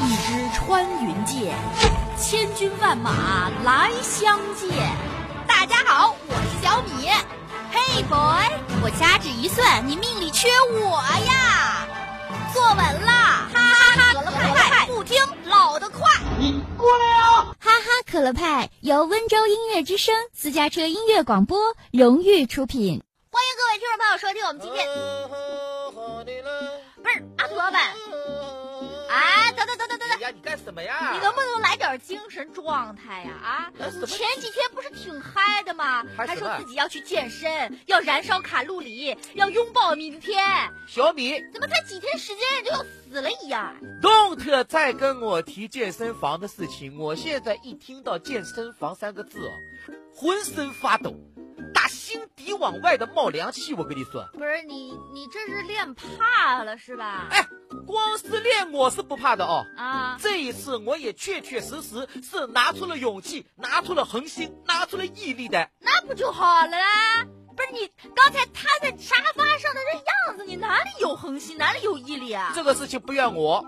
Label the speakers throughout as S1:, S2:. S1: 一支穿云箭，千军万马来相见。
S2: 大家好，我是小米。Hey boy，我掐指一算，你命里缺我呀！坐稳了，哈哈可乐派不听老的快。
S3: 你过来呀、啊！
S4: 哈哈可乐派由温州音乐之声私家车音乐广播荣誉出品。
S2: 欢迎各位听众朋友收听我们今天。不是阿土老板，哎，等等等等等等，
S3: 嗯呀，你干什么呀？
S2: 你能不能来点精神状态呀？啊，
S3: 那呃什么啊
S2: 前几天不是挺嗨的吗？
S3: 嗨
S2: 还
S3: 什么
S2: 说自己要去健身，要燃烧卡路里，要拥抱明天。
S3: 小米
S2: 怎么才几天时间就要死了一样？
S3: ，don't 再跟我提健身房的事情。我现在一听到健身房三个字哦，浑身发抖，打心底往外的冒凉气。我跟你说，
S2: 不是你，你这是练怕了是吧？
S3: 哎，光是练我是不怕的哦。
S2: 啊，
S3: 这一次我也确确实实是拿出了勇气，拿出了恒心，拿出了毅力的。
S2: 那不就好了啦？不是你刚才瘫在沙发上的这样子，你哪里有恒心，哪里有毅力啊？
S3: 这个事情不怨我，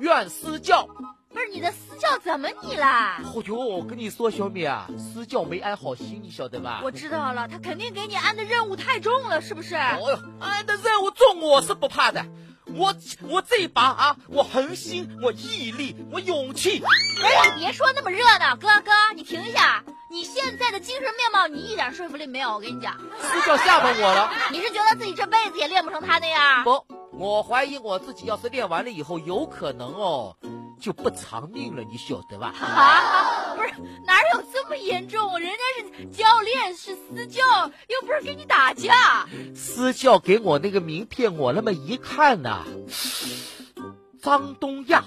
S3: 怨私教。
S2: 不是你的私教怎么你啦？
S3: 哦呦，我跟你说，小米啊，私教没安好心，你晓得吧？
S2: 我知道了，他肯定给你安的任务太重了，是不是？
S3: 哦呦，俺的任务重，我是不怕的。我我这一把啊，我恒心，我毅力，我勇气。
S2: 哎，你别说那么热闹，哥哥，你停一下，你现在的精神面貌你一点说服力没有，我跟你讲，
S3: 私教吓跑我了。
S2: 你是觉得自己这辈子也练不成他那样？
S3: 不，我怀疑我自己要是练完了以后，有可能哦，就不偿命了，你晓得吧？
S2: 啊，不是哪有这么严重？人家是教练，是私教，又不是跟你打架。啊
S3: 私教给我那个名片，我那么一看呐、张东亚，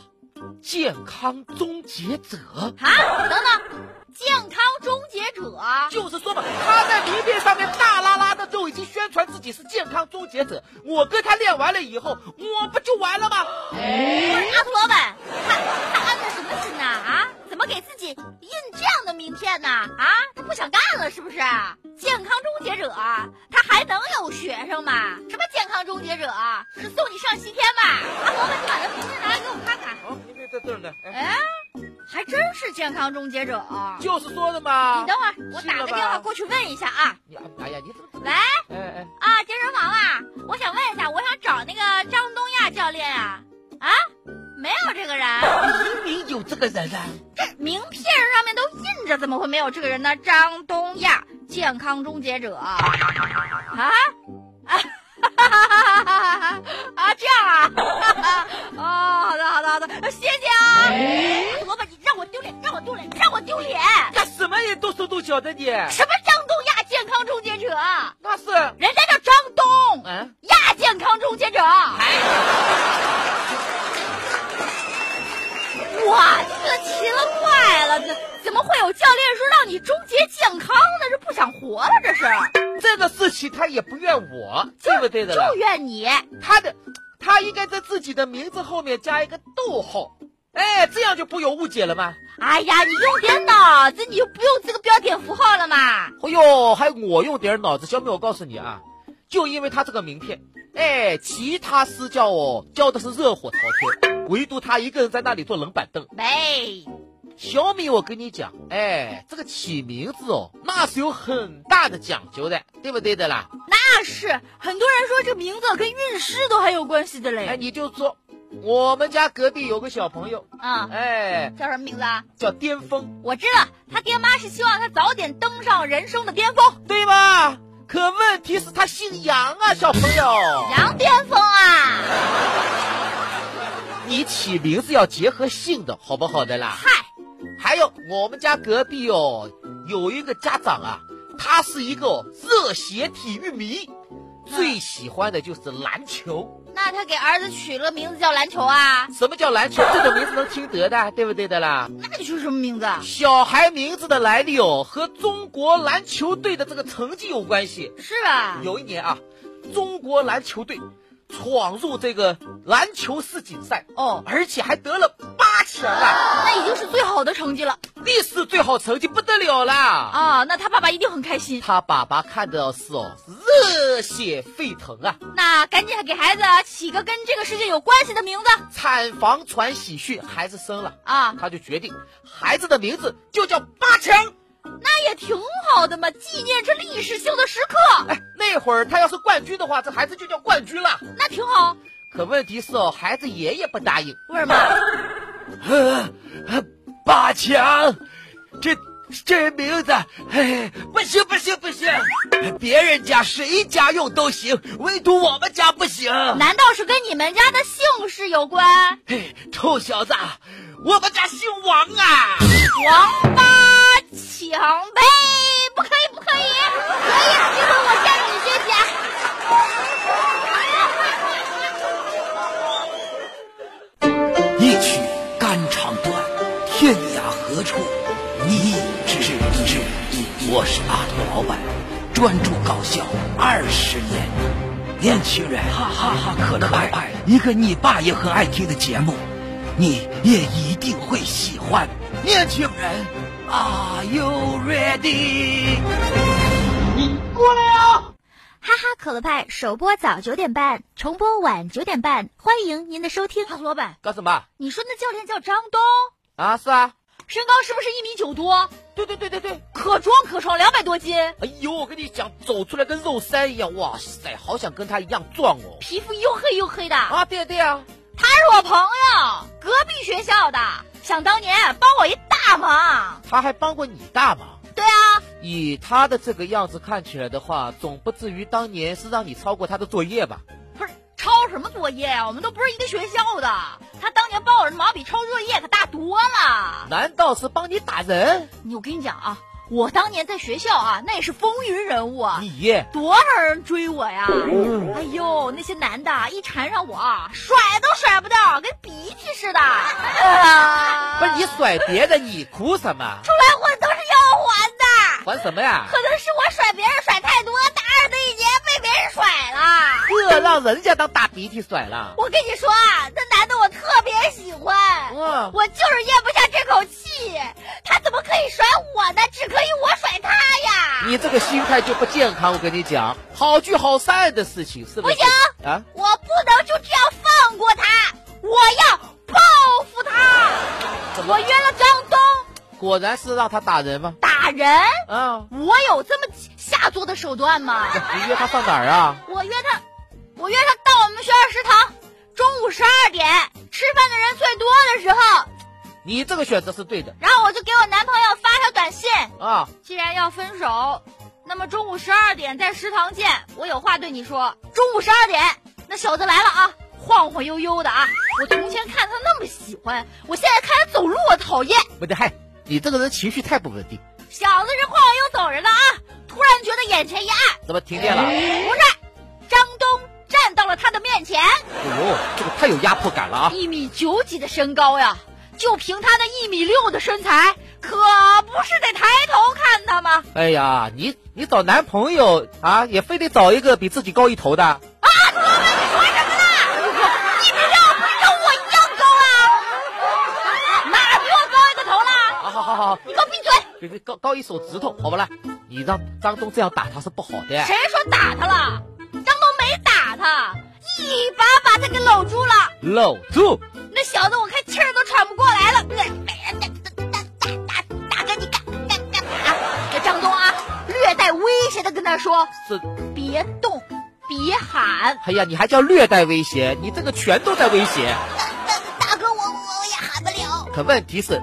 S3: 健康终结者。
S2: 啊，等等，健康终结者，
S3: 就是说嘛，他在名片上面大拉拉的就已经宣传自己是健康终结者。我跟他练完了以后，我不就完了吗？
S2: 不是阿土老板，他他安的什么心呐？啊，怎么给自己印这样的名片呢？啊，他不想干了是不是？健康终结者，他还能有学生吗？什么健康终结者，是送你上西天吧？阿土老板，你把那名片拿来给我看看。
S3: 啊，名片在这儿呢。哎，
S2: 哎，还真是健康终结者。
S3: 就是说的嘛。
S2: 你等会儿，我打个电话过去问一下啊。
S3: 你哎呀，你怎么？
S2: 喂，
S3: 哎哎，
S2: 啊，健身房啊，我想问一下，我想找那个张东亚教练啊。啊，没有这个人，
S3: 明明有这个人啊！
S2: 这名片上面都印着，怎么会没有这个人呢？张东亚，健康终结者。啊 啊！啊，这样啊！哦，好的，好的，好的，谢谢啊！萝卜，你让我丢脸，让我丢脸，让我丢脸！
S3: 干什么你动手动脚的你？
S2: 什么张东亚健康终结者？
S3: 那是，
S2: 人家叫张东，
S3: 嗯，
S2: 亚健康终结者。哇，这奇了怪了，这怎么会有教练说让你终结健康呢？这不想活了，这是
S3: 这个事情他也不怨我，对不对的了
S2: 就？怨你。
S3: 他的，他应该在自己的名字后面加一个逗号，哎，这样就不有误解了吗？
S2: 哎呀，你用点脑子，你就不用这个标点符号了嘛。
S3: 哎呦，还我用点脑子，小米，我告诉你啊，就因为他这个名片，哎，其他私教哦教的是热火朝天，唯独他一个人在那里坐冷板凳。
S2: 喂，
S3: 小米，我跟你讲，哎，这个起名字哦，那是有很大的讲究的，对不对的啦？
S2: 那是很多人说这名字跟运势都还有关系的
S3: 哎，
S2: 嘞。
S3: 你就说，我们家隔壁有个小朋友，
S2: 啊，
S3: 哎，
S2: 叫什么名字啊？
S3: 叫巅峰，
S2: 我知道，他爹妈是希望他早点登上人生的巅峰，
S3: 对吧？可问题是，他姓杨啊，小朋友。
S2: 羊巅峰啊！
S3: 你起名字要结合姓的，好不好的啦？
S2: 嗨，
S3: 还有我们家隔壁哦，有一个家长啊，他是一个哦热血体育迷，最喜欢的就是篮球。
S2: 那他给儿子取了名字叫篮球啊？
S3: 什么叫篮球？这种名字能听得的，对不对的啦？
S2: 那你取什么名字？
S3: 小孩名字的来历哦，和中国篮球队的这个成绩有关系。
S2: 是吧？
S3: 有一年啊，中国篮球队闯入这个篮球世锦赛，
S2: 哦，
S3: 而且还得了八强啊！
S2: 那已经是最好的成绩了哦
S3: 历史最好成绩不得了啦！
S2: 啊！那他爸爸一定很开心。
S3: 他爸爸看的是哦，热血沸腾啊！
S2: 那赶紧给孩子起个跟这个世界有关系的名字
S3: 产房传喜讯，孩子生了，
S2: 啊，
S3: 他就决定孩子的名字就叫八强。
S2: 那也挺好的嘛，纪念这历史性的时刻，
S3: 哎，那会儿他要是冠军的话，这孩子就叫冠军了。
S2: 那挺好。
S3: 可问题是哦，孩子爷爷不答应。
S2: 为什么？
S3: 八强，这这名字，哎，不行不行不行，别人家谁家用都行，唯独我们家不行。
S2: 难道是跟你们家的姓氏有关？
S3: 嘿，臭小子，我们家姓王啊！
S2: 王八强呗，不可以，不可以，可以，一会儿我向你学习啊。
S5: 一曲肝肠断，天涯何处你只知。我是阿土老板，专注搞笑二十年。年轻人，哈哈哈可爱，一个你爸也很爱听的节目，你也一定会喜欢。年轻人，Are you ready？
S4: 哈哈可乐派首播早九点半，重播晚九点半，欢迎您的收听。
S2: 阿土老板，
S3: 干什么？
S2: 你说那教练叫张东，
S3: 啊，是啊，
S2: 身高是不是一米九多？
S3: 对对对对对。
S2: 可壮可壮，两百多斤，
S3: 哎呦，我跟你讲，走出来跟肉山一样，哇塞，好想跟他一样壮哦！
S2: 皮肤黝黑黝黑的。
S3: 啊，对呀、对呀、
S2: 他是我朋友，隔壁学校的，想当年帮我一大忙。
S3: 他还帮过你大忙。
S2: 对啊，
S3: 以他的这个样子看起来的话，总不至于当年是让你抄过他的作业吧？
S2: 不是抄什么作业呀？我们都不是一个学校的。他当年帮我的忙比抄作业可大多了。
S3: 难道是帮你打人？
S2: 你我跟你讲啊，我当年在学校啊，那也是风云人物啊。
S3: 你
S2: 多少人追我呀！哎呦，那些男的一缠上我啊，甩都甩不掉，跟鼻涕似的。不
S3: 不是你甩别人，你哭什么？
S2: 出来混都是要还的，
S3: 还什么呀
S2: 可？能是我甩别人甩太多，大二那一年被别人甩了。
S3: 这让人家当大鼻涕甩了。
S2: 我跟你说啊，那男的我特别喜欢，
S3: 嗯，
S2: 我就是咽不下这口气。他怎么可以甩我呢？只可以我甩他呀！
S3: 嗯你这个心态就不健康，我跟你讲，好聚好散的事情是不是？
S2: 不行
S3: 啊！
S2: 我不能就这样放过他，我要报复他。我约了张东
S3: 果然是让他打人吗？
S2: 打人，
S3: 啊！
S2: 我有这么下作的手段吗？
S3: 你约他上哪儿啊？
S2: 我约他，我约他到我们学校食堂，中午十二点吃饭的人最多的时候，
S3: 你这个选择是对的
S2: 然后我就给我男朋友发条短信：
S3: 啊！
S2: 既然要分手，那么中午十二点在食堂见，我有话对你说。中午十二点，那小子来了啊，晃晃悠悠的啊，我从前看他那么喜欢，我现在看他走路我讨厌。
S3: 不对，嗨，你这个人情绪太不稳定，
S2: 小子是晃晃悠走着呢啊，突然觉得眼前一暗，
S3: 怎么停电了？哎
S2: 不是，张东站到了他的面前。
S3: 哎呦，这个太有压迫感了啊！
S2: 一米九几的身高呀，就凭他那一米六的身材，可不是得抬头看他吗？
S3: 哎呀，你你找男朋友啊，也非得找一个比自己高一头的。啊
S2: 一米六不是跟我一样高啊，哪比我高一个头了？
S3: 啊，好好好，
S2: 你给我闭嘴！
S3: 给给高高一手指头，好不啦？你让张东这样打他是不好的。
S2: 谁说打他了？张东没打他，一把把他给搂住了。
S3: 搂住，
S2: 那小子我看气儿都喘不过来了，打打打打给你干干干打！这张东啊，略带威胁的跟他说
S3: 是，：“
S2: 别动，别喊。”
S3: 哎呀，你还叫略带威胁？你这个全都在威胁。
S2: 大大哥，我我也喊不了。
S3: 可问题是，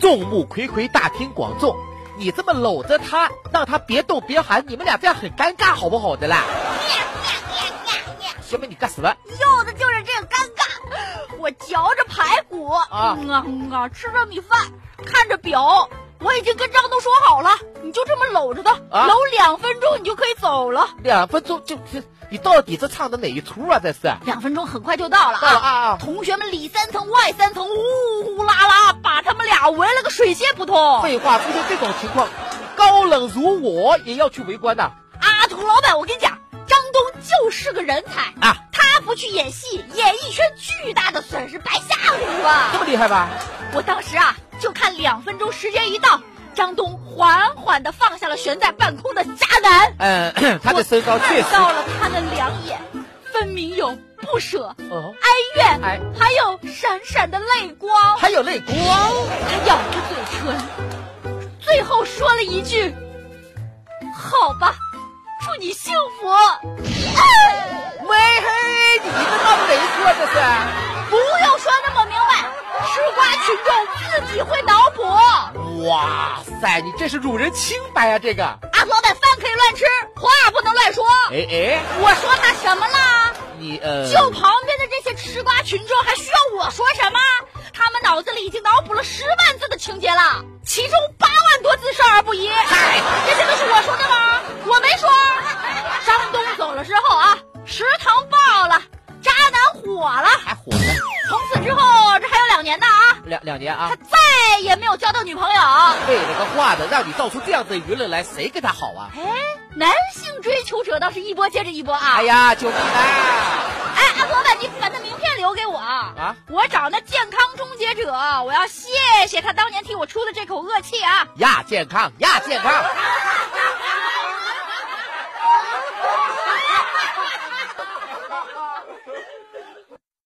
S3: 众目睽睽，大庭广众，你这么搂着他，让他别动别喊，你们俩这样很尴尬，好不好的啦？小美，你干什么？
S2: 要的就是这个尴尬。我嚼着排骨
S3: 啊
S2: 嗯啊嗯啊，吃着米饭，看着表，我已经跟张东说好了，你就这么搂着他，
S3: 啊
S2: 搂两分钟你就可以走了。
S3: 两分钟就你到底这唱的哪一出啊？这是到
S2: 两分钟很快就到了啊！
S3: 了啊啊！
S2: 同学们里三层外三层，呼呼啦啦，把他们俩围了个水泄不通。
S3: 废话，出现这种情况，高冷如我也要去围观呐、
S2: 阿土老板，我跟你讲，张东就是个人才
S3: 啊！
S2: 他不去演戏，演艺圈巨大的损失白下去了
S3: 啊这。么厉害吧？
S2: 我当时啊，就看两分钟时间一到，张东缓缓地放下了悬在半空的渣男。
S3: 嗯，咳他的身高确
S2: 我
S3: 实
S2: 看到了他的两眼，分明有不舍、
S3: 哦，
S2: 哀怨，
S3: 哎
S2: 还有闪闪的泪光。
S3: 还有泪光。
S2: 他咬着嘴唇，最后说了一句：“好吧，祝你幸福。哎
S3: 喂嘿，你这闹雷说这是？”
S2: 不用说那么明白，吃瓜群众自己会脑补。
S3: 哇塞，你这是辱人清白啊！这个，
S2: 阿婆们，饭可以乱吃，话不能乱说。
S3: 哎哎，
S2: 我说他什么了？
S3: 你呃，
S2: 就旁边的这些吃瓜群众，还需要我说什么？他们脑子里已经脑补了十万字的情节了，其中八万多字少儿不宜。这些都是我说的吗？我没说。张东走了之后啊，食堂爆了，渣男火了。
S3: 还火呢，
S2: 从此之后，这还有两年呢啊，
S3: 两两年啊
S2: 他，再也没有交到女朋友。
S3: 为了个话的，让你造出这样的舆论来，谁跟他好啊？
S2: 哎，男性追求者倒是一波接着一波啊。
S3: 哎呀，救命啊！
S2: 哎，阿婆们，你把那名片留给我啊！我找那健康终结者，我要谢谢他当年替我出的这口恶气啊！
S3: 亚健康，亚健康，